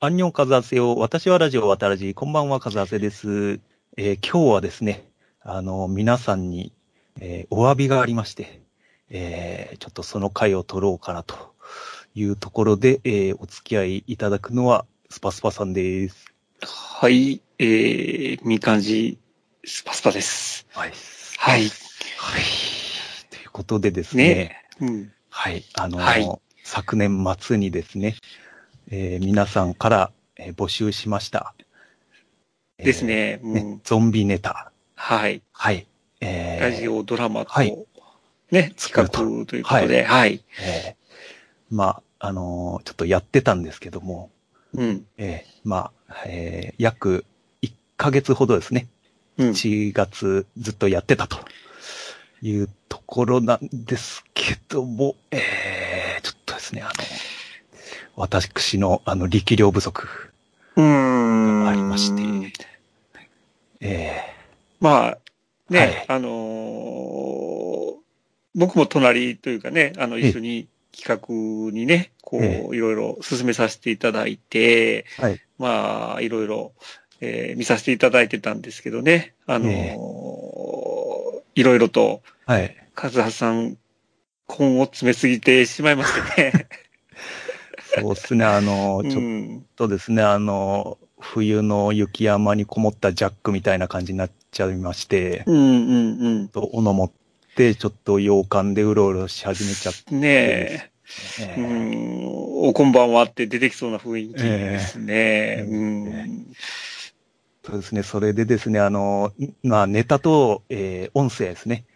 アンニョンカズアセよ。私はラジオ渡らじ。こんばんは、カズアセです。えー今日はですね、あの、皆さんに、えーお詫びがありまして、えーちょっとその回を取ろうかなというところで、えーお付き合いいただくのは、スパスパさんです。はい、えー、みかんじ、スパスパです。はい。はい。はい。ということでですね、ねうん。はい。あの、はい昨年末にですね、えー皆さんから、えー募集しました。ですね。えうー。ねん。ゾンビネタ。はい。はい。えーラジオ、ドラマと、はいね、作る企と画ということで、はい。えーまあ、あのーちょっとやってたんですけども、うん。えーまあ、えー約1ヶ月ほどですね、うん。 1月ずっとやってたというところなんですけども、えーちょっとですね、あの、私のあの力量不足、うん。ありまして。えまあ、ね、はいあのー僕も隣というかね、あの、ええ一緒に企画にね、こえう、いろいろ進めさせていただいて、はいまあ、いろいろ、えー見させていただいてたんですけどね、あのーえいろいろと、ーはい。カズハさん、根を詰めすぎてしまいまして ね。そうですね、あのうーちょっん。とですね、あのー冬の雪山にこもったジャックみたいな感じになっちゃいまして、うんうんうんちょっ。と斧持って、ちょっと洋館でうろうろし始めちゃっねえ。て、うーん、おこんばんはって出てきそうな雰囲気ですね。ええうんそうですね、それでですね、あの、まあ、ネタと、えー音声ですね、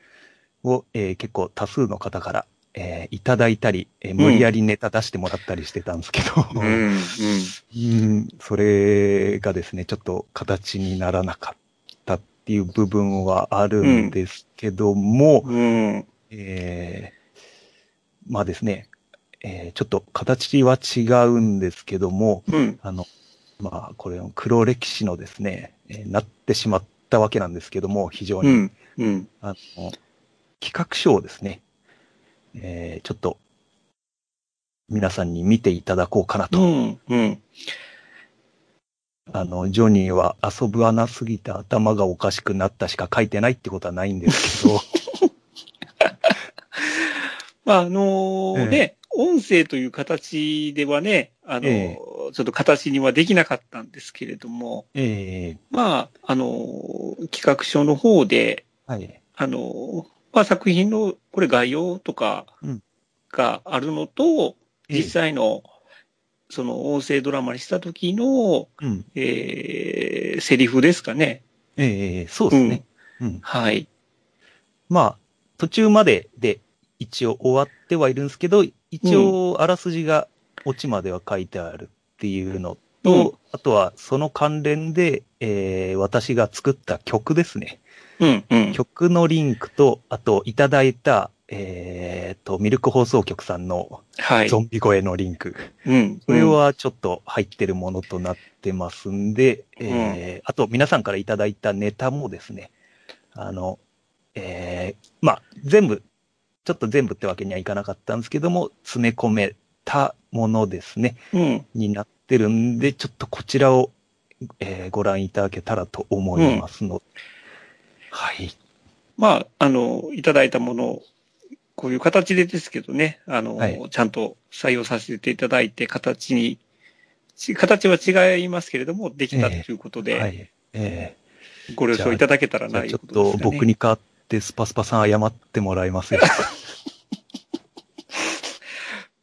を、えー結構多数の方から、えーいただいたり、えー無理やりネタ出してもらったりしてたんですけど、ううんんそれがですね、ちょっと形にならなかったっていう部分はあるんですけども、うんうんえーまあですね、えーちょっと形は違うんですけども、うんあの、まあ、これ、黒歴史のですね、えーなってしまったわけなんですけども、非常うに、んうんあの企画書をですね、えーちょっと、皆さんに見ていただこうかなと。うんうんあの、ジョニーは遊ぶ穴すぎて頭がおかしくなったしか書いてないってことはないんです けど、まあ、あのーええね、音声という形ではね、あのーえちょっと形にはできなかったんですけれども、えまあ、あのー企画書の方で、ーはい、あのーまあ、作品の、これ概要とかうんがあるのと、ええ実際の、その音声ドラマにした時の、うん、えー、セリフですかね。えーそうですね。うんはい。まあ、途中までで一応終わってはいるんですけど、一応あらすじがオチまでは書いてあるっていうのと、あとはその関連で、えー私が作った曲ですね。うん、うん。曲のリンクと、あといただいた、えーと、ミルク放送局さんのはい。ゾンビ声のリンク。うん。これはちょっと入ってるものとなってますんで、うんえーあと皆さんからいただいたネタもですね、あの、えーまあ、全部、ちょっと全部ってわけにはいかなかったんですけども、詰め込めたものですね、うん、になってるんで、ちょっとこちらを、えーご覧いただけたらと思いますので、はい。まあ、あの、いただいたものを、こういう形でですけどね、あの、はいちゃんと採用させていただいて、形に、ち形は違いますけれども、できたということで、はい。えご了承いただけたらーじゃなあいちょこっとでとすかね。僕に代わってスパスパさん謝ってもらえますよ。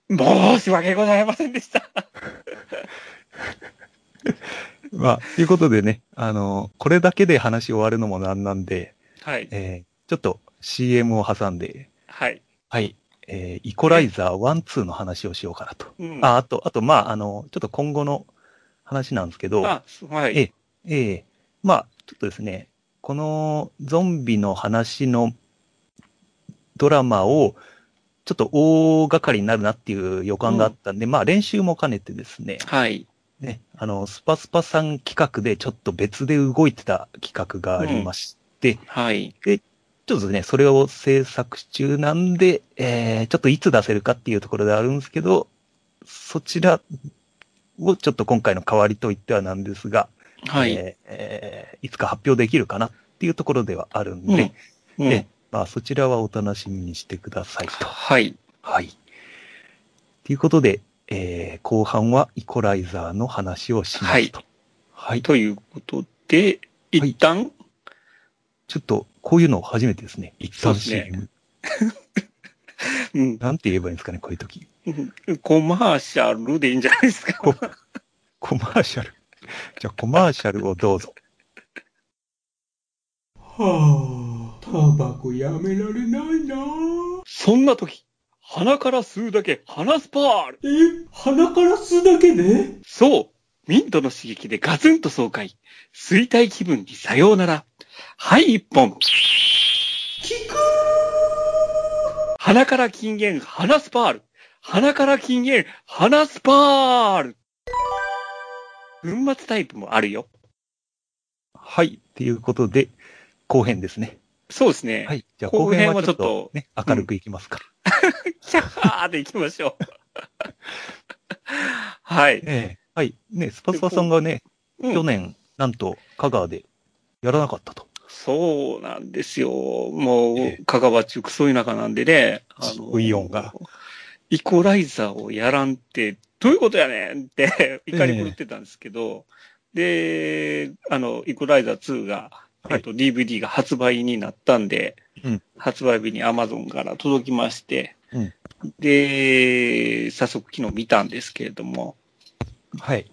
申し訳ございませんでした。 まあ、ということでね、あの、これだけで話終わるのもなんなんで、はい。えーちょっと CM を挟んで、はい。はい、えーイコライザー1、2の話をしようかなと。うん。あ、あと、あと、まあ、あの、ちょっと今後の話なんですけど、あ、はい。ええーまあ、ちょっとですね、このゾンビの話のドラマを、ちょっと大掛かりになるなっていう予感があったんで、まあ練習も兼ねてですね、はい。ね、あの、スパスパさん企画でちょっと別で動いてた企画がありまして、はい。ちょっとね、それを制作中なんで、えー、ちょっといつ出せるかっていうところであるんですけど、そちらをちょっと今回の代わりといってはなんですが、はい。えーえーいつか発表できるかなっていうところではあるんで、うんえまあ、そちらはお楽しみにしてくださいと。はい。はい。ということで、えー後半はイコライザーの話をしますと。はい。ということで、はい一旦、ちょっと、こういうの初めてですね。一そう旦ですね CM。うんなんて言えばいいんですかね、こういう時。うんコマーシャルでいいんじゃないですか。 こコマーシャル。 じゃあ、コマーシャルをどうぞ。はあ、タバコやめられないなそんな時、鼻から吸うだけ鼻スパーえ、ル。鼻から吸うだけでそうミントの刺激でガツンと爽快。衰退気分にさようなら。はい、一本。聞く鼻から禁煙、鼻スパール。鼻から禁煙、鼻スパール。粉末タイプもあるよ。はい。ということで、後編ですね。そうですね。はい。じゃあ、後後編編ははちちょょっっとと、ね、明るくいきますか。 キャッハーで行きましょう。はい。ええはい。ね、スパスパさんがね、うん去年、なんと、香川でやらなかったと。そうなんですよ。もう、ええ香川中クソ田舎なんでね。あの、ウイオンが。イコライザーをやらんって、どういうことやねんって、怒り狂ってたんですけど、で、あの、イコライザー2が、はいえっと、DVD が発売になったんで、うん発売日に Amazon から届きまして、うんで、早速昨日見たんですけれども、はい。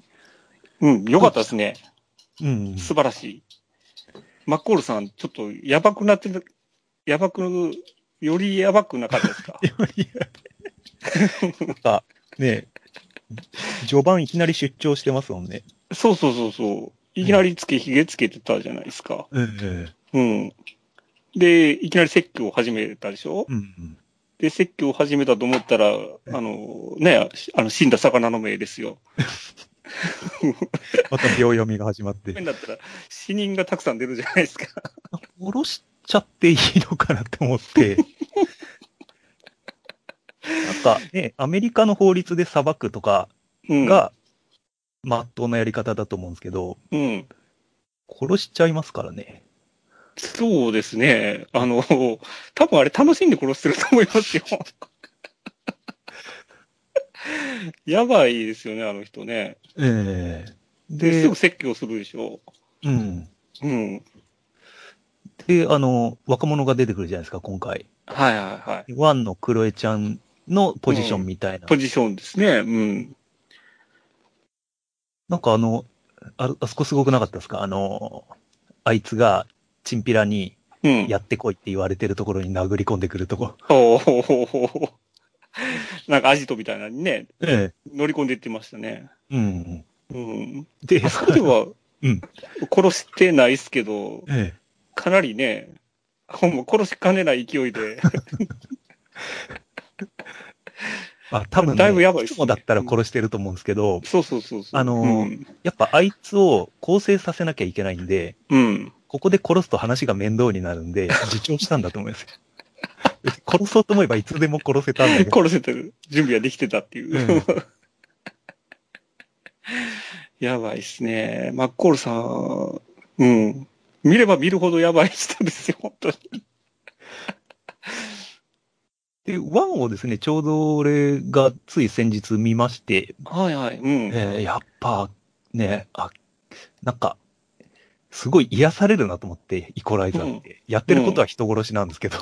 うん、よかったですね。うん。素晴らしい。マッコールさん、ちょっとやばくなってた、やばく、よりやばくなかったですか なんか、ね、序盤いきなり出張してますもんね。そうそうそうそう。いきなりつけ、ひげつけてたじゃないですか。うん。うん。で、いきなり説教を始めたでしょうん。で、説教を始めたと思ったら、あの、ね、あの、死んだ魚の命ですよ。また秒読みが始まっ これて。だったら、死人がたくさん出るじゃないですか。おろしちゃっていいのかなって思 って。なんかね、アメリカの法律で裁くとかうん。、が、まっとうなやり方だと思うんですけど、うん。殺しちゃいますからね。そうですね。あの、多分あれ楽しんで殺してると思いま すよ。やばいですよね、あの人ね。ええで、すでぐ、説教するでしょ。うん。うん。で、あの、若者が出てくるじゃないですか、今回。はいはいはい。ワンのクロエちゃんのポジションみたいな。ポジションですね。うん。なんかあの、ああそこすごくなかったですかあの、あいつが、チンピラにうん。やってこいって言われてるところに殴り込んでくるとこ。おーなんかアジトみたいなのにね、え乗り込んでいってましたね。え。うん。うん。で、あそこでは、うん殺してないですけど、ええ。かなりね、ほんま殺しかねない勢 いで。あ、多分、ね、だいぶやばいっすねつもだったら殺してると思うんですけど、そうそうそうそう。あのーうんやっぱあいつを構成させなきゃいけないんで、うん。ここで殺すと話が面倒になるんで、自重したんだと思い ますよ。殺そうと思えばいつでも殺せたんだけど。殺せてる。準備はできてたっていう。うん やばいっすね。マッコールさん、うん。見れば見るほどやばい人ですよ、本当に。で、ワンをですね、ちょうど俺がつい先日見まして、はいはい。うん。えーやっぱね、あ、なんか、すごい癒されるなと思って、イコライザーって。やってることは人殺しなんですけど、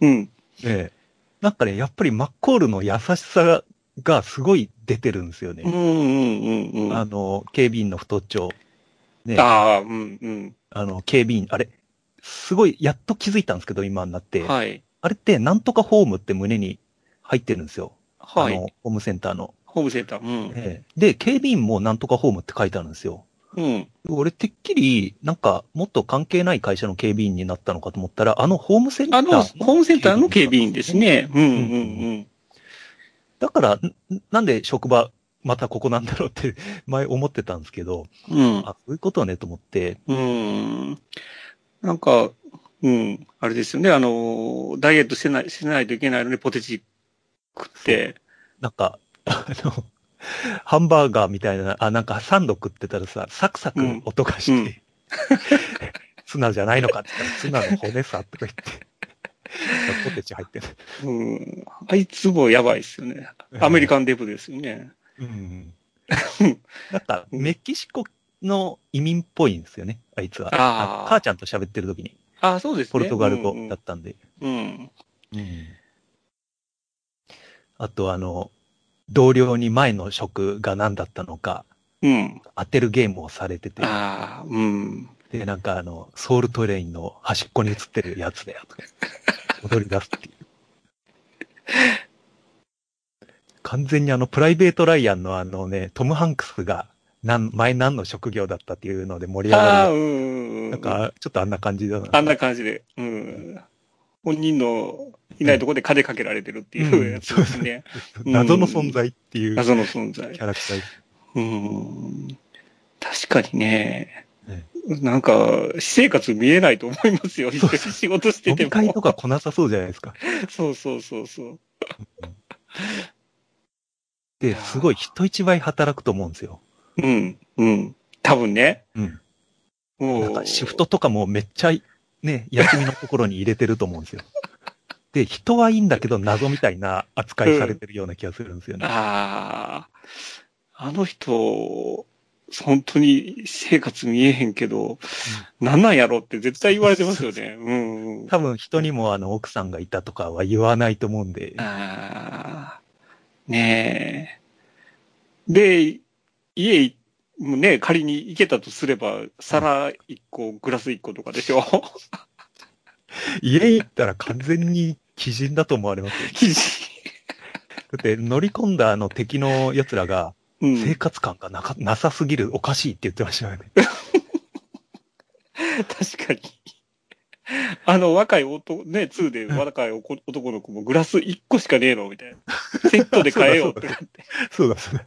うん。ええなんかね、やっぱりマッコールの優しさががすごい出てるんですようんね。うんうんうん。ああの、警備員の太っちょ、ね、ああー、うんの、警備員、あれ、すごい、やっと気づいたんですけど、今になっうて。ん。はい。あれって、なんとかホームって胸に入ってるんですよ。はあのい。、ホームセンターの。ホームセンター。うん。ええで、警備員もなんとかホームって書いてあるんですよ。うん。俺、てっきり、なんか、もっと関係ない会社の警備員になったのかと思ったら、あのホームセンタあーの、ホームセンターの警備員ですね。うんうんだから、んなんで職場、またここなんだろうって、 前思ってたんですけど、うん。うん。あ、そういうことね、と思って、うん。なんか、うん、あれですよね、あの、ダイエットしてない、しないといけないのにポテチ食って、なんか、あの、ハンバーガーみたいな、あ、なんかサンド食ってたらさ、サクサク音がして、うんうん ツナじゃないのかって言ったら、ツナの骨さ、とか言って。 ポテチ入ってる。うん。あいつもやばいっすよね。 アメリカンデブですよね。うん。なんか、メキシコの移民っぽいんですよね、あいつは。あー母ちゃんと喋ってる時に、あ、そうですね。ポルトガル語うんだったんで。うん。うんあと、あの、同僚に前の職が何だったのか、うん。当てるゲームをされてて、ああ、うん。で、なんかあの、ソウルトレインの端っこに映ってるやつだよ、 とか、踊り出すっていう。完全にあの、プライベートライアンのあのね、トム・ハンクスが、なん、前何の職業だったっていうので盛り上あがあ、る。うんうん。なん、か、ちょっとあんな感じだな。あんな感じで。うん。本人のいないところで金かけられてるっていうやつですね。謎の存在っていうキ謎の存在。ャラクターです。うん。確かにねね。なんか、私生活見えないと思います よ。一緒に仕事して飲てみ会もと。か来なさそうじゃないですか。そうそうそうそう。で、すごい人一倍働くと思うんですよ。うん。うん。多分ね。うん。もなんかシフトとかもめっちゃ、ね、休みのところに入れてると思うんです よ。で、人はいいんだけど謎みたいな扱いされてるような気がするんですよね。ああ、あの人、本当に生活見えへんけど、なんなんやろって絶対言われてますよね。うんうん。多分人にもあの奥さんがいたとかは言わないと思うんで、ああ、ねえ。で、家い、もうね、仮に行けたとすれば、皿一個、グラス一個とかで しょ家行ったら完全に鬼人だと思われ ますよ。生地。だって乗り込んだあの敵の奴らがう生ん。活感がなかなさすぎるおかしいって言ってましたよ ね。確かに。あの、若い男、ね、2で若いおこ男の子もグラス一個しかねえのみたいな。セットで買えようってなって。 そうだそう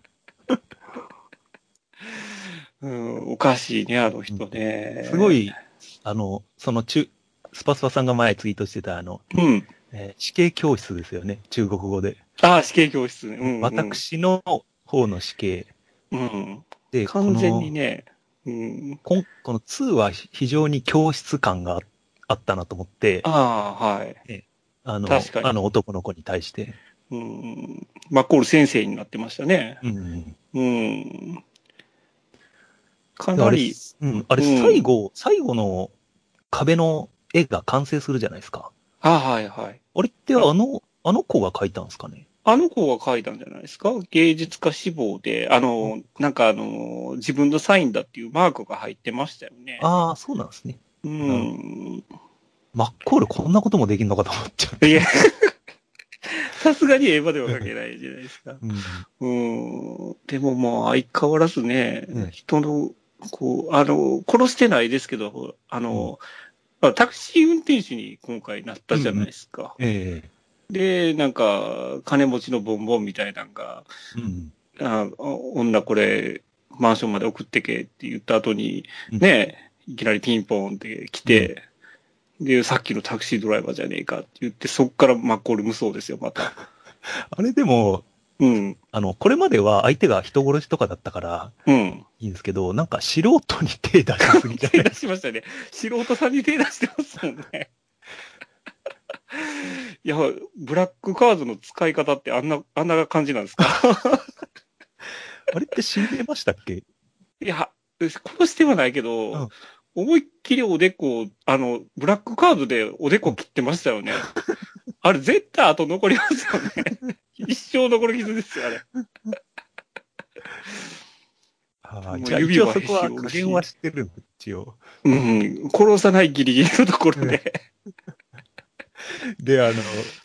だ。うん、おかしいね、あの人ね。すご。い、あの、その中、スパスパさんが前ツイートしてたあの、うん。えー死刑教室ですよね、中国語で。ああ、死刑教室ね。うん、うん。。私の方の死刑うん。で、完全にね。うん。このこんこの2は非常に教室感がああったなと思って、あああ、はい。の確かにあの男の子に対して。うん。マッコール先生になってましたね。うん、うん。かであなれり、、うん、あれうん最後、最後の壁の絵が完成するじゃないですか。あはいはい。あれってあの、あの子が描いたんですかね。あの子が書いたんじゃないですか芸術家志望で、あの、なんかあの、自分のサインだっていうマークが入ってましたよね。ああ、そうなんですね。うん。マッコールこんなこともできるのかと思っちゃう。いや、さすがに絵までは書けないじゃないです か。うん、うん。でもまあ、相変わらずね、うん人の、こう、あの、殺してないですけど、あの、まあタクシー運転手に今回なったじゃないですか。えで、なんか、金持ちのボンボンみたいなんか、えうん。あ女これ、マンションまで送ってけって言った後に、うんね、いきなりピンポンって来て、で、さっきのタクシードライバーじゃねえかって言って、そっからマッコール無双ですよ、また。あれでも、うん、あの、これまでは相手が人殺しとかだったからうん。いいんですけど、なんか素人に手出しすぎじゃ な手い出しましたね。素人さんに手出してますもん ね。いや、ブラックカードの使い方ってあんな、あんな感じなんですかあれって死んでましたっけいや、殺してはないけど、うん思いっきりおでこ、あの、ブラックカードでおでこ切ってました よね。あれ絶対後残りますよね。 一生残る傷ですよ、あれ。あもあ、うじゃあ指一は応そこは必死苦言はしてるんで、一応。うん、殺さないギリギリのところで。で、あの、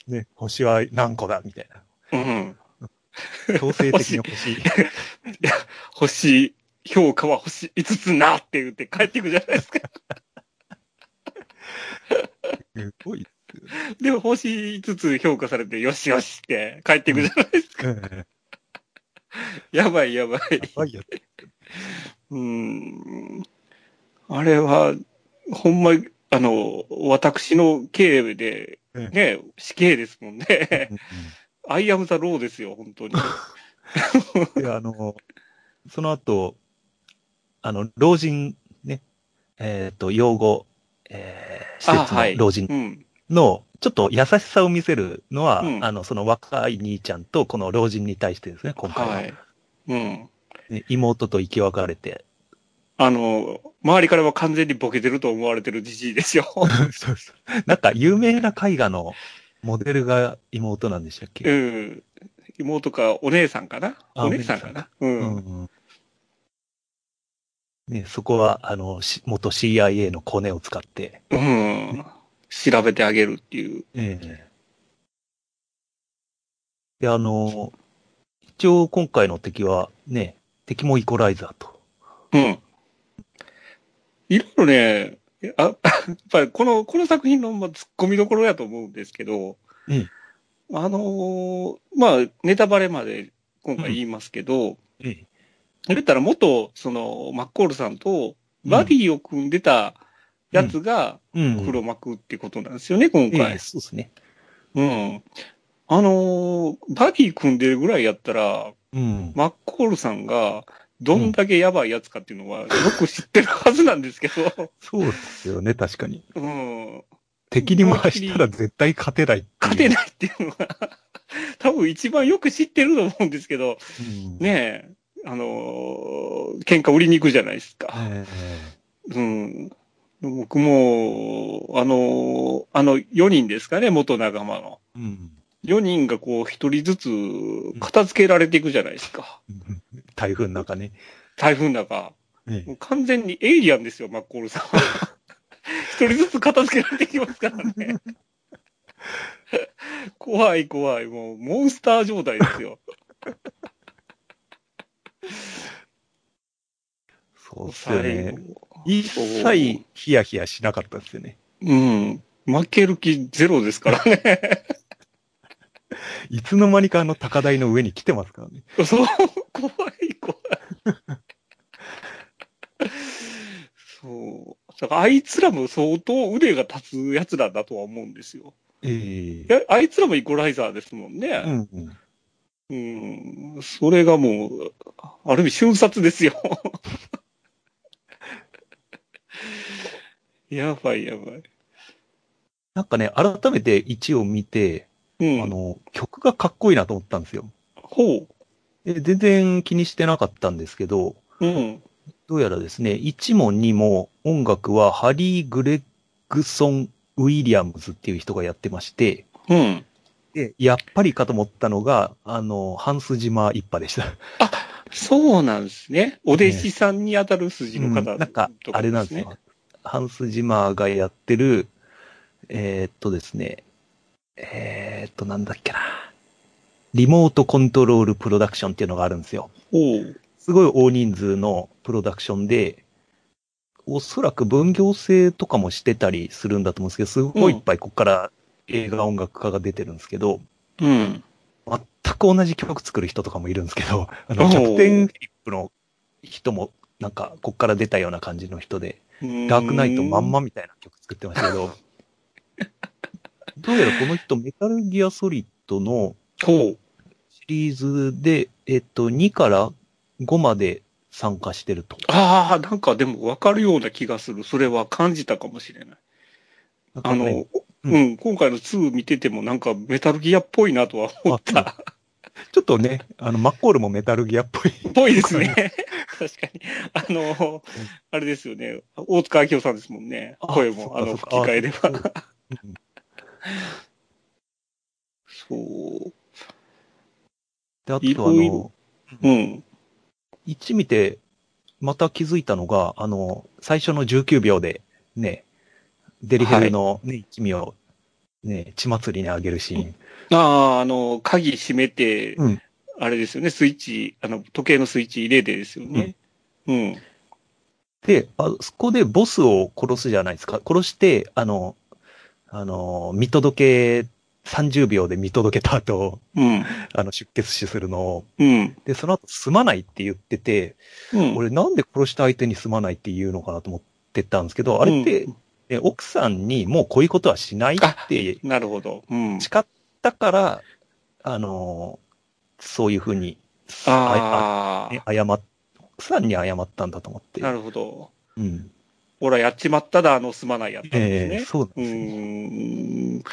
ね、星は何個だみたいうん。な。強制的に星。星、評価は星5つなって言って帰っていくじゃないですか。すごい。で、星5つ評価されて、よしよしって帰っていくじゃないですか。うんやばいやばい。やばいやつ。うーん。あれは、ほんま、あの、私の経営で、うんね、死刑ですもんね。 うんアイアムザローですよ、本当に。で、あの、その後、あの、老人ね、えっ、と、養護、えー施設あはのい老人うん。の、ちょっと優しさを見せるのは、うんあの、その若い兄ちゃんと、この老人に対してですね、今回は。はい。うん。ね妹と生き別れて。 あの、周りからは完全にボケてると思われてるじじい ですよ。そうそう。なんか、有名な絵画のモデルが妹なんでしたっうけ、ん。妹かお姉さんかなあお姉さんかなう。うんんね、そこは、あの、し元 CIA のコネを使って、うん。調べてあげるっていう。ええで、あの、一応今回の敵はね、敵もイコライザーと。うん。いろいろね、あ やっぱりこの、この作品のまあ突っ込みどころやと思うんですけど、うんあのーまあ、ネタバレまで今回言いますけど、ええ言ったら元、その、マッコールさんと、バディを組んでたやつがうん。黒幕ってことなんですよね、今ええ回。そうですね。うん。あのーバディ組んでるぐらいやったら、うん。マッコールさんが、どんだけやばいやつかっていうのは、よく知ってるはずなんですけど、そうですよね、確かに。うん。敵に回したら絶対勝てないっていう。勝てないっていうのは、多分一番よく知ってると思うんですけど、うん。ねえ、あのー喧嘩売りに行くじゃないですか。えうん。僕も、あのーあの、4人ですかね、元仲間の。えうん。 4人がこう、1人ずつ片付けられていくじゃないですか。台風の中ね。台風の中。えもう完全にエイリアンですよ、マッコー ルさんは。一人ずつ片付けられてきますからね。怖い怖い、もうモンスター状態ですよ。そうっすよ最ね。後。一切ヒヤヒヤしなかったですよね。うん。負ける気ゼロですからね。いつの間にかあの高台の上に来てますからね。そう、怖い怖い。そう。だからあいつらも相当腕が立つやつらだとは思うんですよ。えいやあいつらもイコライザーですもんね。えうんうん。うん、それがもう、ある意味瞬殺ですよ。 やばいやばい。なんかね、改めて1を見て、うん。あの、曲がかっこいいなと思ったんですよ。ほで全然気にしてなかったんですけど、う。うん。どうやらですね、1も2も音楽はハリー・グレッグソン・ウィリアムズっていう人がやってまして、うん。で、やっぱりかと思ったのが、あの、ハンス島一派でした。そうなんですね。お弟子さんに当たる筋の方、うんなんか、あれなんです。よ。ハンス・ジマーがやってる、えーっとですね、えーっと、なんだっけな。リモートコントロールプロダクションっていうのがあるんですよ。ほう。すごい大人数のプロダクションで、おそらく分業制とかもしてたりするんだと思うんですけど、すごいいっぱいここから映画音楽家が出てるんですけど、うん。全く同じ曲作る人とかもいるんですけど、 あおの、うキャプテンフィリップの人も、なんか、こっから出たような感じの人で、ダークナイトまんまみたいな曲作ってましたけど、どうやらこの人、メタルギアソリッドのほう。シリーズで、えっと、2から5まで参加してると。ああ、なんかでもわかるような気がする。それは感じたかもしれない。なんあかの、ね、うん、今回の2見ててもなんかメタルギアっぽいなとは思った。ちょっとね、あの、マッコールもメタルギアっぽい。っぽいですね。 確かに。あの、あれですよね。大塚明夫さんですもんね。あ声そっも、かあの、そっか吹き替えれば。うんそう。で、あいと、あろいのろ、うん。 1見て、また気づいたのが、あの、最初の19秒で、ね、デリヘルのね、君を、ね、血祭りにあげるシーン。ああ、あの、鍵閉めて、うんあれですよね。スイッチ、あの、時計のスイッチ入れてですよね。うん。で、あそこでボスを殺すじゃないですか。殺して、あの、あの、見届け、30秒で見届けた後、うん。あの、出血死するのを。うん。で、その後、すまないって言ってて、うん。 俺なんで殺した相手にすまないって言うのかなと思ってたんですけど、あれって、うんえ奥さんにもうこういうことはしないってなるほど。うん。誓ったから、あのーそういうふうにああ、ね、謝っ、奥さんに謝ったんだと思って。なるほど。うん。ほら、やっちまっただ、あの、すまないやったんですええね。そうなんでうすね。ーん。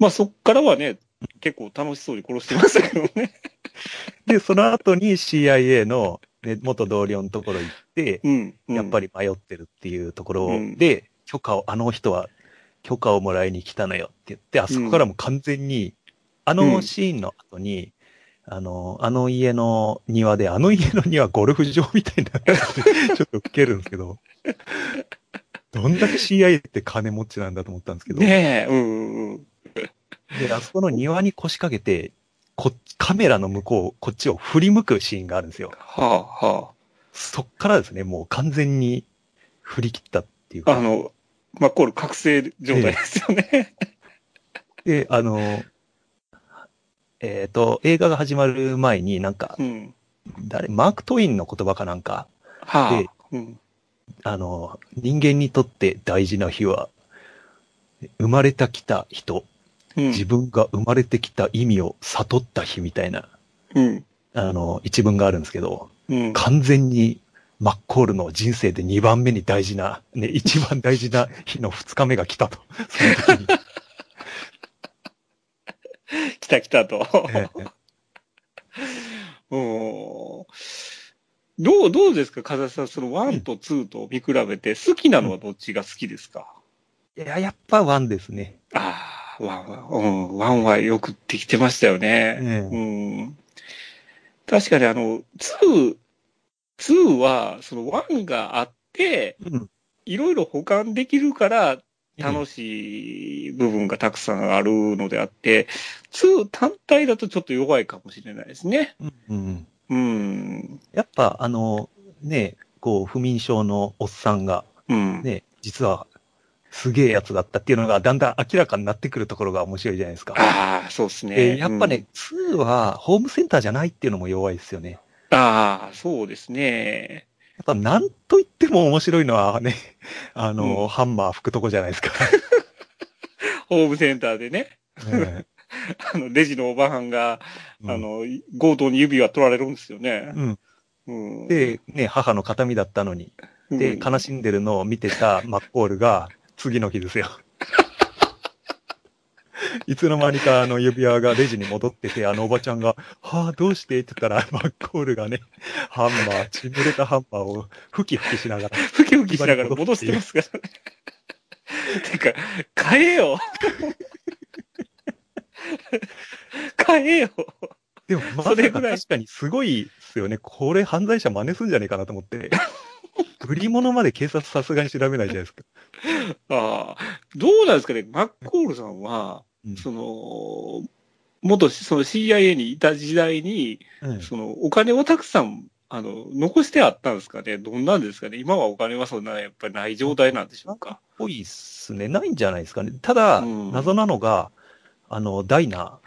まあ、そっからはね、結構楽しそうに殺してましたけどね。で、その後に CIA の、ね、元同僚のところ行って、うん。やっぱり。り迷ってるっていうところうんで、許可を、あの人は許可をもらいに来たのよって言って、あそこからもう完全に、あのシーンの後に、あの、あの家の庭で、あの家の庭ゴルフ場みた いな、ちょっと受けるんですけど、どんだけ CIA って金持ちなんだと思ったんですけど、ねえ、うんうんうん。で、あそこの庭に腰掛けて、こカメラの向こう、こっちを振り向くシーンがあるんですよ。はあはそっからですね、もう完全に振り切ったっていうかあ。あの、まあ、これ覚醒状態ですよね。で、あの、えっ、と、映画が始まる前に、なんか、うん。誰、マーク・トインの言葉かなんか、はであ。うん。あの、人間にとって大事な日は、生まれてきた人、うん自分が生まれてきた意味を悟った日みたいな、うん。あの、一文があるんですけど、うん。完全にマッコールの人生で2番目に大事な、ね、一番大事な日の2日目が来たと。その時に。 来た来たと。え えうんどう、どうですか、風さん、その1と2と見比べて、好きなのはどっちが好きですか、いや、やっぱワンですね。ああ、1は、うん、ワンはよくできてましたよね。ええうん。確かにあの、2、2は、その1があって、うんいろいろ保管できるから、楽しい部分がたくさんあるのであって、2単体だとちょっと弱いかもしれないですね。うんうんうん。やっぱ、あの、ね、こう、不眠症のおっさんが、うん。ね、実は、すげえやつだったっていうのが、だんだん明らかになってくるところが面白いじゃないですか。ああ、そうですね。でやっぱね、2は、ホームセンターじゃないっていうのも弱いですよね。うん。ああ、そうですね。やっぱ、なんと言っても面白いのはね、あの、うんハンマー吹くとこじゃない ですか。ホームセンターでね、ねあの、レジのおばはんが、 うんあの、強盗に指輪取られるんですよねう。ん。うん。で、ね、母の形見だったのに。うん、で、悲しんでるのを見てた マッコールが、次の日ですよ。 いつの間にかあの指輪がレジに戻ってて、あのおばちゃんが、はあ、どうしてって言ったら、マッコールがね、ハンマー、ちぎれたハンマーをふきふきしながら、ふきふきしながら戻してますからね。てか、買えよ買えよでも、まさそかれぐらい確かにすごいですよね。これ犯罪者真似すんじゃねえかなと思 って。売り物まで警察さすがに調べないじゃないですか。ああ、どうなんですかねマッコールさんは、うんその、元、その CIA にいた時代に、うんそのお金をたくさん、あの、残してあったんですかねどんなんですかね今はお金はそんな、やっぱりない状態なんでしょうかぽいっすね。ないんじゃないですかね。ただ、うん謎なのが、あの、ダイナ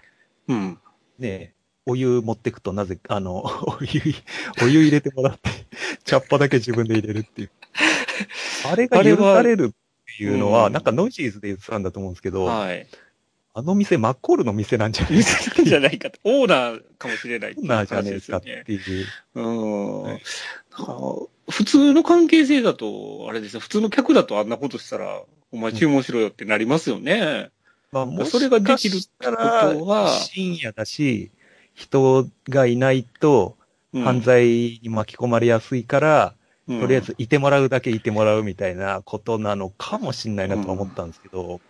ー、うん。ねえ、お湯持ってくとなぜ、あの、 お湯、お湯入れてもらって、 茶っ葉だけ自分で入れるって いう。あれが許されるっていうのは、うんなんかノイジーズで言ってたんだと思うんですけど、あはい。の店、マッコールの店なんじゃない見せたんじゃないかと。オーナーかもしれないっていオーうナーじゃ話ねえですかよっね。ていう。うん。はないんか普通の関係性だと、あれですよ。普通の客だとあんなことしたら、お前注文しろよってなりますよね。まあ、もそれができるってことはしかしたら深夜だし、人がいないと、うん犯罪に巻き込まれやすいから、うんとりあえずいてもらうだけいてもらうみたいなことなのかもしんないなとは思ったんですけど、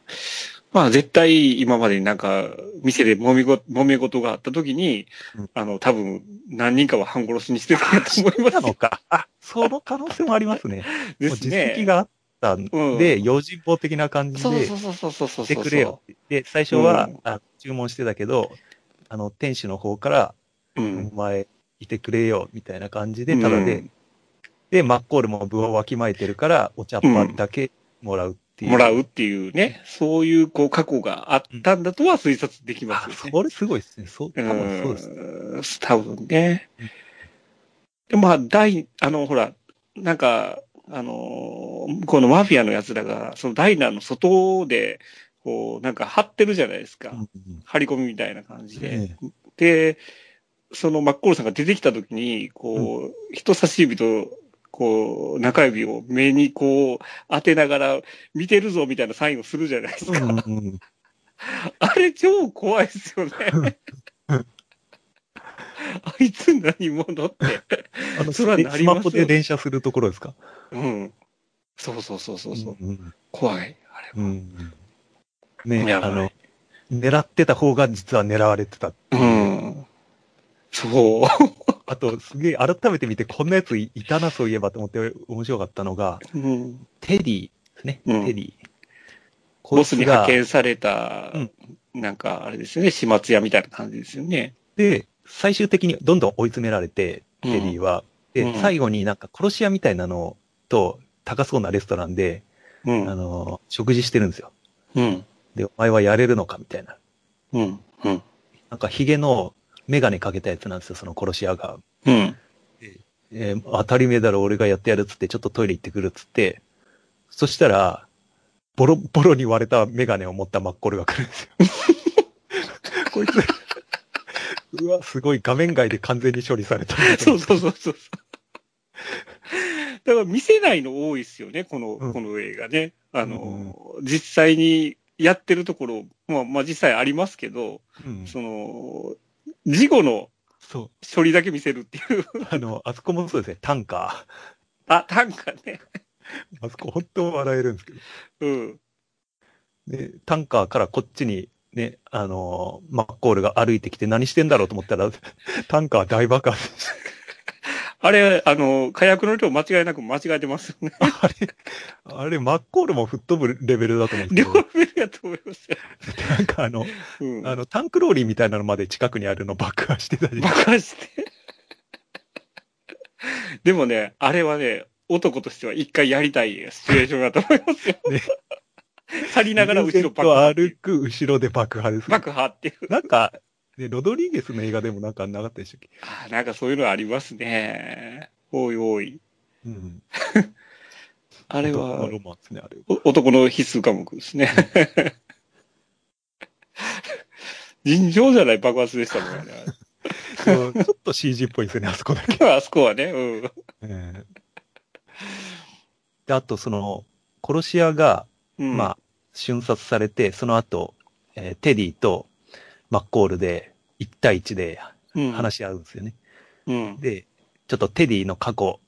まあ絶対今までになんか、店で揉みご、揉め事があった時に、うんあの、多分何人かは半殺しにしてたんやと思いまなすのよ。か。あ、その可能性もありますね。でもうす実ね。績があったんで、用心棒的な感じそうでそ、うそうそうそうそう。してくれよって。で、最初は、うんあ注文してたけど、あの、店主の方から、うん。お前、いてくれよ、みたいな感じで、ただで、うん、で、マッコールも部をわきまえてるから、お茶っ葉だけもらうっていう。もらうっていうね、そういうこう過去があったんだとは推察できあま、すよね。それすごいですね。そう、多分そうですね。うん多分ね。で、まあ、大、あの、ほら、なんか、あのー、このマフィアの奴らが、そのダイナーの外で、こう、なんか張ってるじゃないですか。うんうん張り込みみたいな感じえで。で、そのマッコールさんが出てきたときに、こう、人差し指と、こう、中指を目にこう、当てながら、見てるぞみたいなサインをするじゃないですか。うんうん あれ超怖いですよね。 あいつ何者って。あの、それはなスりマますホよで連射するところですかうん。そうそうそうそうそう、うん怖い。あうれ。んね、やばあいの、狙ってた方が実は狙われてた。うん。そう。あと、すげえ、改めて見て、こんなやついいたな、そういえばと思って面白かったのが、うん、テディですね、うんテディ。こ ボいスつにが派、遣された、うんなんかあれですよね、始末屋みたいな感じですよね。で、最終的にどんどん追い詰められて、うんテディは。うんで、最後になんか殺し屋みたいなのと、高そうなレストランで、うあん。の、食事してるんですよ。うん。で、お前はやれるのかみたいな。うん。うん。なんか、ヒゲのメガネかけたやつなんですよ、その殺し屋が。うん。 えー当たり前だろ、俺がやってやるっつって、ちょっとトイレ行ってくるっつって、そしたら、ボロッボロに割れたメガネを持ったマッコルが来るん ですよ。こいつ、うわ、すごい画面外で完全に処理された。そうそうそうそう。だから見せないの多いですよね、この、うんこの映画ね。あの、実際にやってるところ、まあ、まあ実際ありますけど、うんその、事故のそ処理だけ見せるっ ていう。う。あの、あそこもそうですね、タンカあ、短歌ね。ー。あそこ本当笑えるんですけど。うん。で、タンカーからこっちに、ね、あのーマッコールが歩いてきて何してんだろうと思ったら、タンカー大爆発してあれ、あの、火薬の量間違いなく間違えてますよね。あれ、あれ、マッコールも吹っ飛ぶレベルだと思うんです両けど、目やと思いますよ。なんかあの、 うん。あの、タンクローリーみたいなのまで近くにあるの爆破してた り、爆破して。でもね、あれはね、男としては一回やりたいシチュエーションだと思いますよ。 ね去りながら後ろ爆と破ってい歩う。く後ろで爆破です。爆破っていう。なんか、ね、ロドリゲスの映画でもなんかなかったでしたっけあーなんかそういうのありますね。おいおい。うん。ああれはロマンですね、あれ。お男の必須科目で すね。尋常じゃない爆発でしたもんね。そうちょっと CG っぽいですよね、あそこだけ。あそこはね、 うん。ええで、あと、その、殺し屋が、うん、まあ、瞬殺されて、その後、えーテディとマッコールで1対1でうん、話し合うんですよね。うん。で、ちょっとテディの過去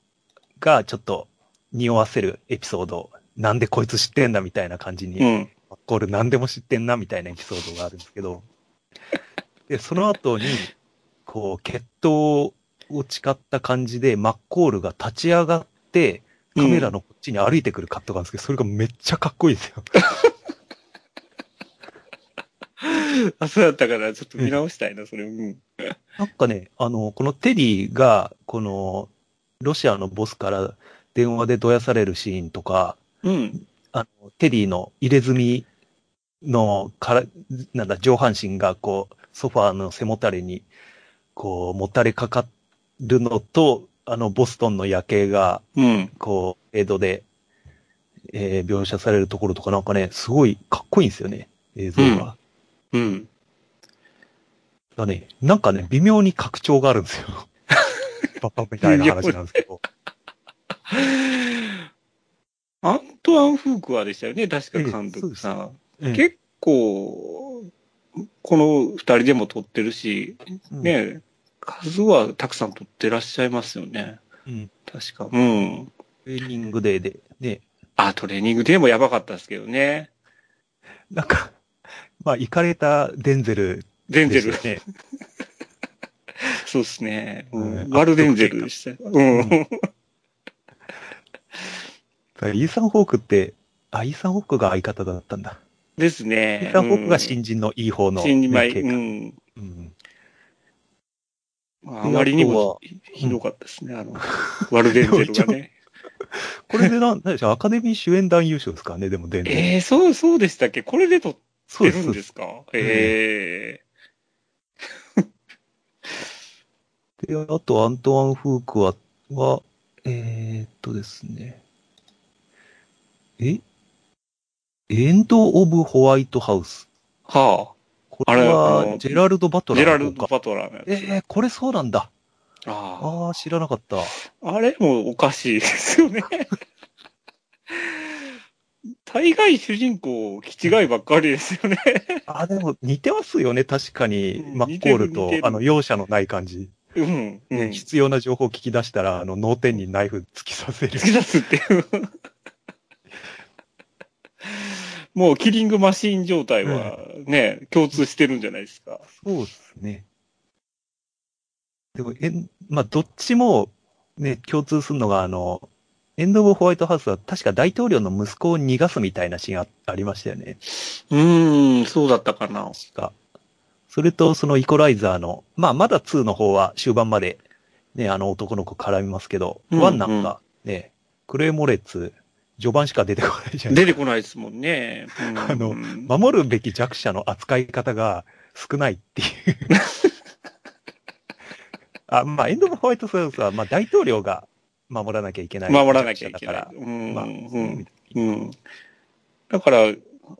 がちょっと匂わせるエピソード、なんでこいつ知ってんだみたいな感じに、うん。マッコールなんでも知ってんなみたいなエピソードがあるんですけど、で、その後に、こう、決闘を誓った感じで、マッコールが立ち上がって、カメラのこっちに歩いてくるカットがあるんですけど、それがめっちゃかっこいい ですよ。あ、そうだったから、ちょっと見直したいな、それ。うん。なんかね、あの、このテディが、この、ロシアのボスから電話でどやされるシーンとか、うん。あの、テディの入れ墨のから、なんだ、上半身がこう、ソファーの背もたれに、こう、もたれかかるのと、あの、ボストンの夜景が、うん。こう、映像で、えー描写されるところとか、なんかね、すごいかっこいいんですよね、映像が。うん。だね、なんかね、微妙に拡張があるん ですよ。バカみたいな話なんですけど。アントワン・フークはでしたよね、確か監ええそう督ですさん。ええ結構、この二人でも撮ってるし、ね、数はたくさん撮ってらっしゃいますよね。うん。確か。うん。トレーニングデーで、ね、あ、トレーニングでもやばかったですけどね。なんか、 まあ、行かれたデンゼルデンゼでル。すね。そうですね。う。うんんワルデンゼルでしたよ。うん。イーサン・ホークって、あ、イーサン・ホークが相方だったんだ。ですイねー。サン・ホークがうん新人のいい方の、新人前。ねう警ん。官うんあまりにもひどかったですね、あの、ワルデンゼルがね。これでなん、何でしょう、アカデミー主演男優賞ですからね、でも、デンゼルええー、そう、そうでしたっけこれで撮っそてうでるす。んそうでですすかえで、あと、アントワン・フークは、は、えー、っとですね。えエンド・オブ・ホワイトハウス。えはあ。これあれあはの、ジェラルド・バトジラェーラのルド・方か。バトラーのやつ。えー、これそうなんだ。あああ、知らなかった。あ。あれもおかしいです よね。大概主人公、気違いばっかりですよね。あーでも似てますよね、確かに。うんマッコール似とてる似て、るあの、容赦のない感じ。うん。うねん。必要な情報を聞き出したら、あの、脳天にナイフ突き刺せる 突。き出すっていう。 もうキリングマシーン状態はね、共通してるんじゃないですか。そうですね。でも、えん、まあ、どっちも、ね、共通するのが、あの、エンド・オブ・ホワイトハウスは確か大統領の息子を逃がすみたいなシーンあありましたよね。うーん、そうだったかな。確か。それと、そのイコライザーの、まあ、まだ2の方は終盤まで、ね、あの男の子絡みますけど、うん1なんか、ね、クレーモレッツ、序盤しか出てこないじゃない出てこないですもんね。うんあの守るべき弱者の扱い方が少ないって いう。あ、まあ、エンド・オブ・ホワイト・ソウスは、まあ、大統領が守らなきゃいけない。守らなきゃいけ弱ない者。だから、まうん、あ、うん、うん。だから、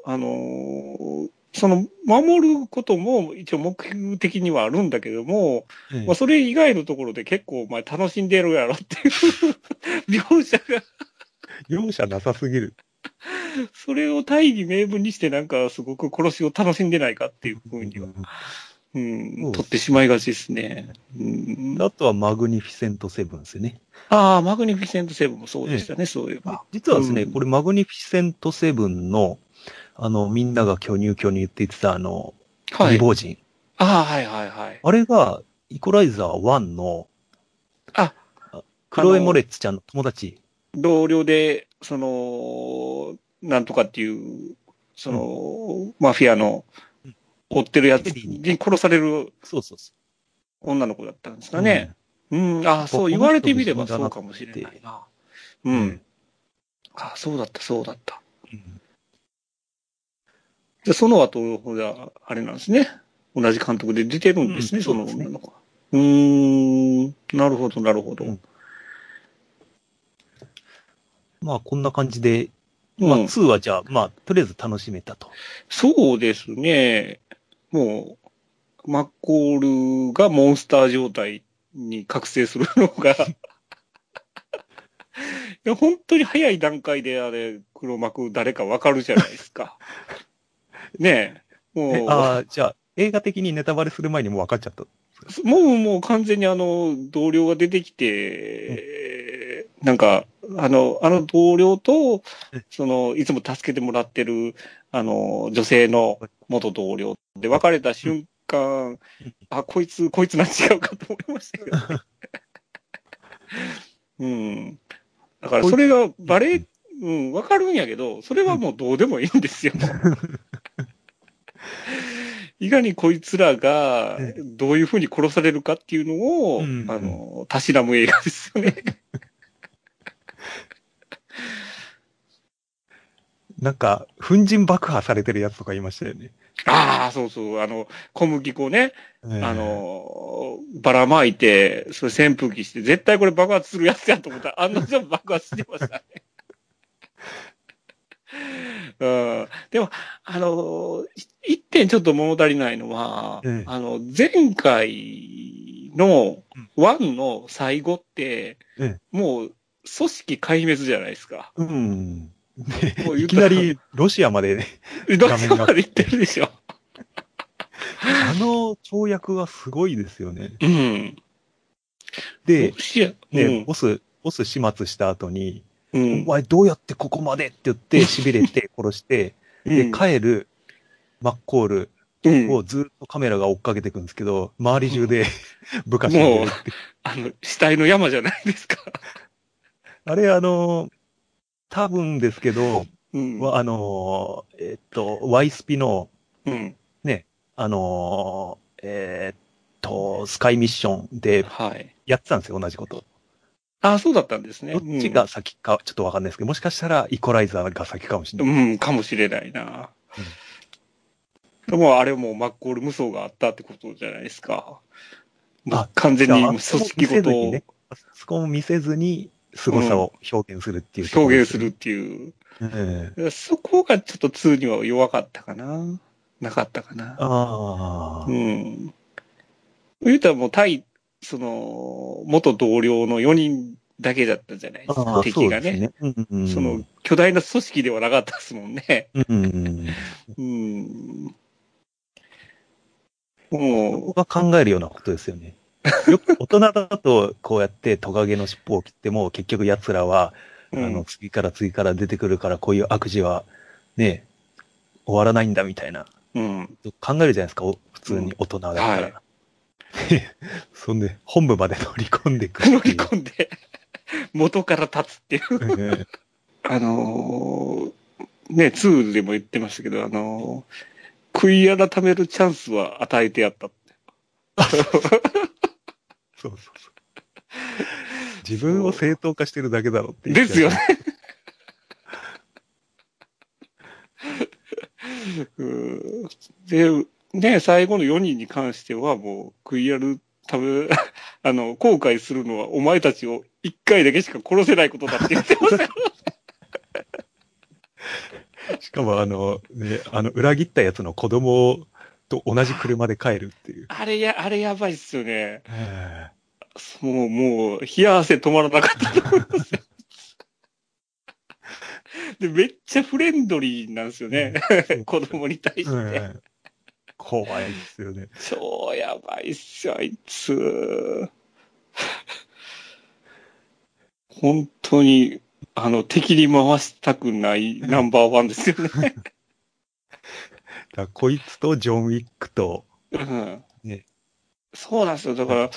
あのーその、守ることも一応目標的にはあるんだけども、うんまあ、それ以外のところで結構、まあ、楽しんでるやろっていう 描写が容赦なさすぎる。それを大義名分にしてなんかすごく殺しを楽しんでないかっていうふうには、うんうん取ってしまいがちですね。うんあとは、マグニフィセント・セブンですね。ああ、マグニフィセントセブンもそうでしたね、そういえば。実はですね、うんこれ、マグニフィセント・セブンの、あの、みんなが巨乳巨乳って言ってた、あの、は未い。亡人。ああ、はいはいはい。あれが、イコライザー1の、あ、クロエ・モレッツちゃんの友達。同僚で、その、なんとかっていう、その、マフィアのうん追ってるやつケリーに殺されるそうそうそ女の子だったんですう。かね。うん、ああ、そう言われてみれこのば人そうかもしれないな。ううん。うんん。ああ、そうだった、そうだった。で、その後、ほら、あれなんですね。同じ監督で出てるんですうね、んそのそうですね女の子は。うーん、なるほど、なるほど。ううんん。まあ、こんな感じで、まあ、2はじゃあ、まあ、とりあえず楽しめたと。そうですね。もう、マッコールがモンスター状態に覚醒するのが、い や本当に早い段階であれ、黒幕誰かわかるじゃないですか。ねええ。もう、ああ、じゃあ、映画的にネタバレする前にもう分かっちゃった。もうもう完全にあの、同僚が出てきて、なんか、あの、あの同僚とうん、その、いつも助けてもらってる、あの、女性の元同僚で別れた瞬間、あ、こいつ、こいつなん違うかと思いましたけど ね。うん。だからそれがバレ、うん、わかるんやけど、それはもうどうでもいいんですよ。いかにこいつらがええどういうふうに殺されるかっていうのを、うんあの、たしなむ映画ですよね。 なんか、粉塵爆破されてるやつとか言いましたよね。ああ、そうそう、あの、小麦粉ね、ああ、の、ばらまいて、それ扇風機して、絶対これ爆発するやつやと思ったら、案の定爆発してましたね。 うん、でも、あの、い一点ちょっと物足りないのは、ええあの、前回のワンの最後って、えもう組織壊滅じゃないですか。 うん。もう言 いったきなり、ロシアまで、どっちまで行ってるでしょ。あの跳躍はすごいですよ ね。うん。で、ロシアね、ボス、ボス始末した後に、うんお前どうやってここまでって言って、痺れて殺して、うんで、帰る、マッコール、うんをずっとカメラが追っかけていくんですけど、周り中で 部下死んでもうる、あの、死体の山じゃないですか。 あれ、あの、多分ですけど、うんわあの、えっと、ワイスピの、うん。あの、えっと、スカイミッションではい。やってたんですよ、同じこと。ああ、そうだったんですね。どっちが先か、ちょっとわかんないですけど、もしかしたらイコライザーが先かもしれうない。ん、うんかもしれないな。でも、あれもマッコール無双があったってことじゃないですか。もう完全にもう組織ごとにね、そこも見せずに、凄さを表現するっていう、表現するっ。ていう。うんそこがちょっと2には弱かったかな。なかったかな。ああう、ん。言うたらもう対、その、元同僚の4人だけだったじゃないですあか、あ、そ敵うがですね。ね。うんうん、その、巨大な組織ではなかったですもんね。うんうん、うん。そこもが考えるようなことですよね。よく大人だとこうやってトカゲの尻尾を切っても結局奴らは、う、あうのん、次から次から出てくるからこういう悪事はね、終わらないんだみたいなうん。考えるじゃないですか、お普通に大人だったら。うん そんで、本部まで乗り込んでくる乗っていりう。込んで、元から立つっていう。うんあのーね、ツールでも言ってましたけど、あのー悔い改めるチャンスは与えてやったって。 そうそうそう。自分を正当化してるだけだろっていう。ですよね。うんで、ね、最後の4人に関してはもう、悔いある、たぶ あの、後悔するのはお前たちを1回だけしか殺せないことだって言って ましたよしかもあの、ね、あの、裏切ったやつの子供と同じ車で帰るっていう。あれや、あれやばいっすよね。へもう、もう、冷や汗止まらなかったと思いますよで、めっちゃフレンドリーなんですよね。え 子供に対して。うん怖いですよね。超やばいっすよ、あいつ。本当に、あの、敵に回したくないナンバーワンですよ ね。だからこいつとジョン・ウィックと、うんねそうなんですよ。だから、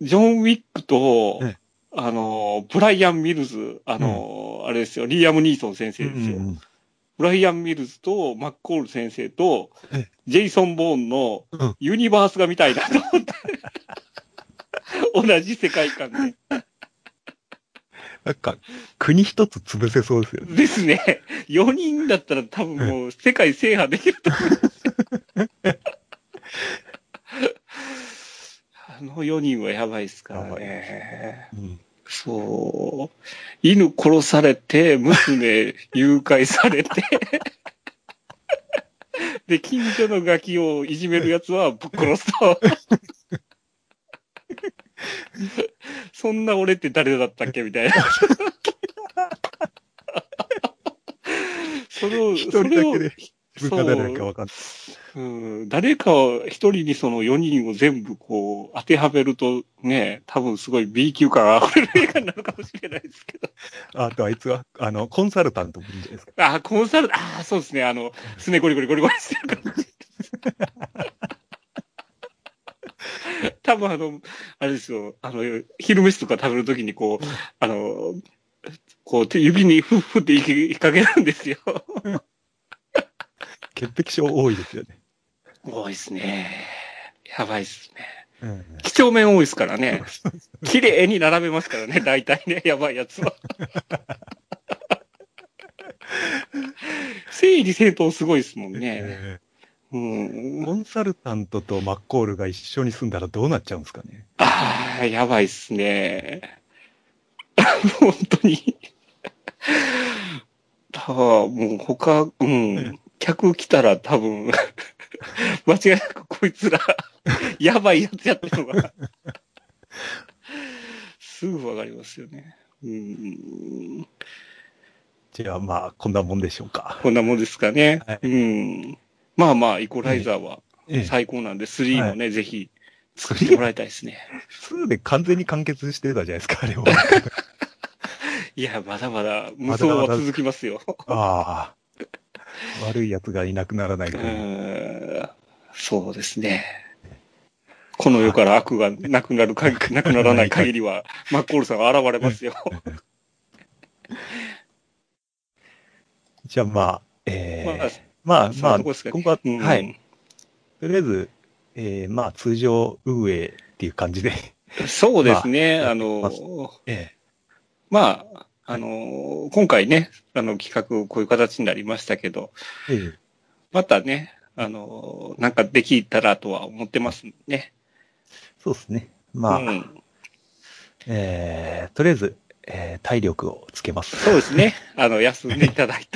ジョン・ウィックと、ねあの、ブライアン・ミルズ、あの、あれですよ、リアム・ニーソン先生ですよ。うんブライアン・ミルズとマッコール先生とえ、ジェイソン・ボーンのうんユニバースが見たいなと思 って。同じ世界観で。なんか、国一つ潰せそうですよね。ですね。4人だったら多分もう世界制覇できると思い ます。あの4人はやばいですからね。うんそう。犬殺されて、娘誘拐されて。 で、近所のガキをいじめるやつはぶっ殺すと。 そんな俺って誰だったっけみたいな。 それを、一そ人れだをけ、で、部下誰だかわかんない。うん、誰か一人にその4人を全部こう当てはめるとね、多分すごい B 級感あふれる映画になるかもしれないですけど。あとあいつは、あの、コンサルタントもいいんじゃないですか。あ、コンサル、あ、そうですね。あの、すねゴリゴリゴリゴリしてる感じ。多分あの、あれですよ、あの、昼飯とか食べるときにこう、あの、こう手指にフッフって引っ掛けるんですよ。潔癖症多いですよね。多いですね。やばいですね。うん几帳面多いですからね。綺麗に並べますからね、大体ね、やばいやつは。整理整頓すごいですもんね。えうんー。コンサルタントとマッコールが一緒に住んだらどうなっちゃうんですかね。ああ、やばいっすね。 本当に。たもう他、うん、客来たら多分、 間違いなくこいつら、 やばいやつやってるのが、 すぐわかりますよね。うん、じゃあまあ、こんなもんでしょうか。こんなもんですかね。はいうん。まあまあ、イコライザーはええ、最高なんで、3もね、ぜひ作見てもらいたいですね。 2で完全に完結してたじゃないですか、あれ は。いや、まだまだ無双は続きますよ。ああ。悪い奴がいなくならないかうら。ーんそうですね。この世から悪がなくな るか、なくならない限りは、マッコールさんは現れますよ。 じゃあまあ、えまあー、まあそんまなあ、とこですかね今後は、うんはい。。とりあえず、えー、まあ通常運営っていう感じで。そうですね。まああやっての、えまあ、あの、今回ね、あの企画、こういう形になりましたけど、えええまたね、あの、なんかできたらとは思ってますね。そうですね。まあ、うん、えー、とりあえず、えー、体力をつけます。そうです ね。あの、休んでいただいて。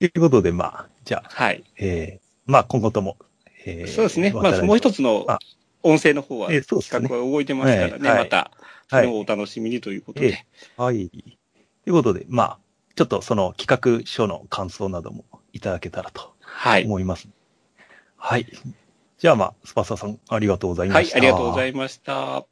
ということで、まあ、じゃあ、はい。えー、まあ今後とも、えーそうですね。まあ、もう一つのあ音声の方は、えー企そうですね画は動いてますからね、はいまた、そはいれをお楽しみにということで。はい。ということで、まあ、ちょっとその企画書の感想などもいただけたらとはい。思います。はい。じゃあまあ、スパサさん、ありがとうございはましい、た。ありがとうございました。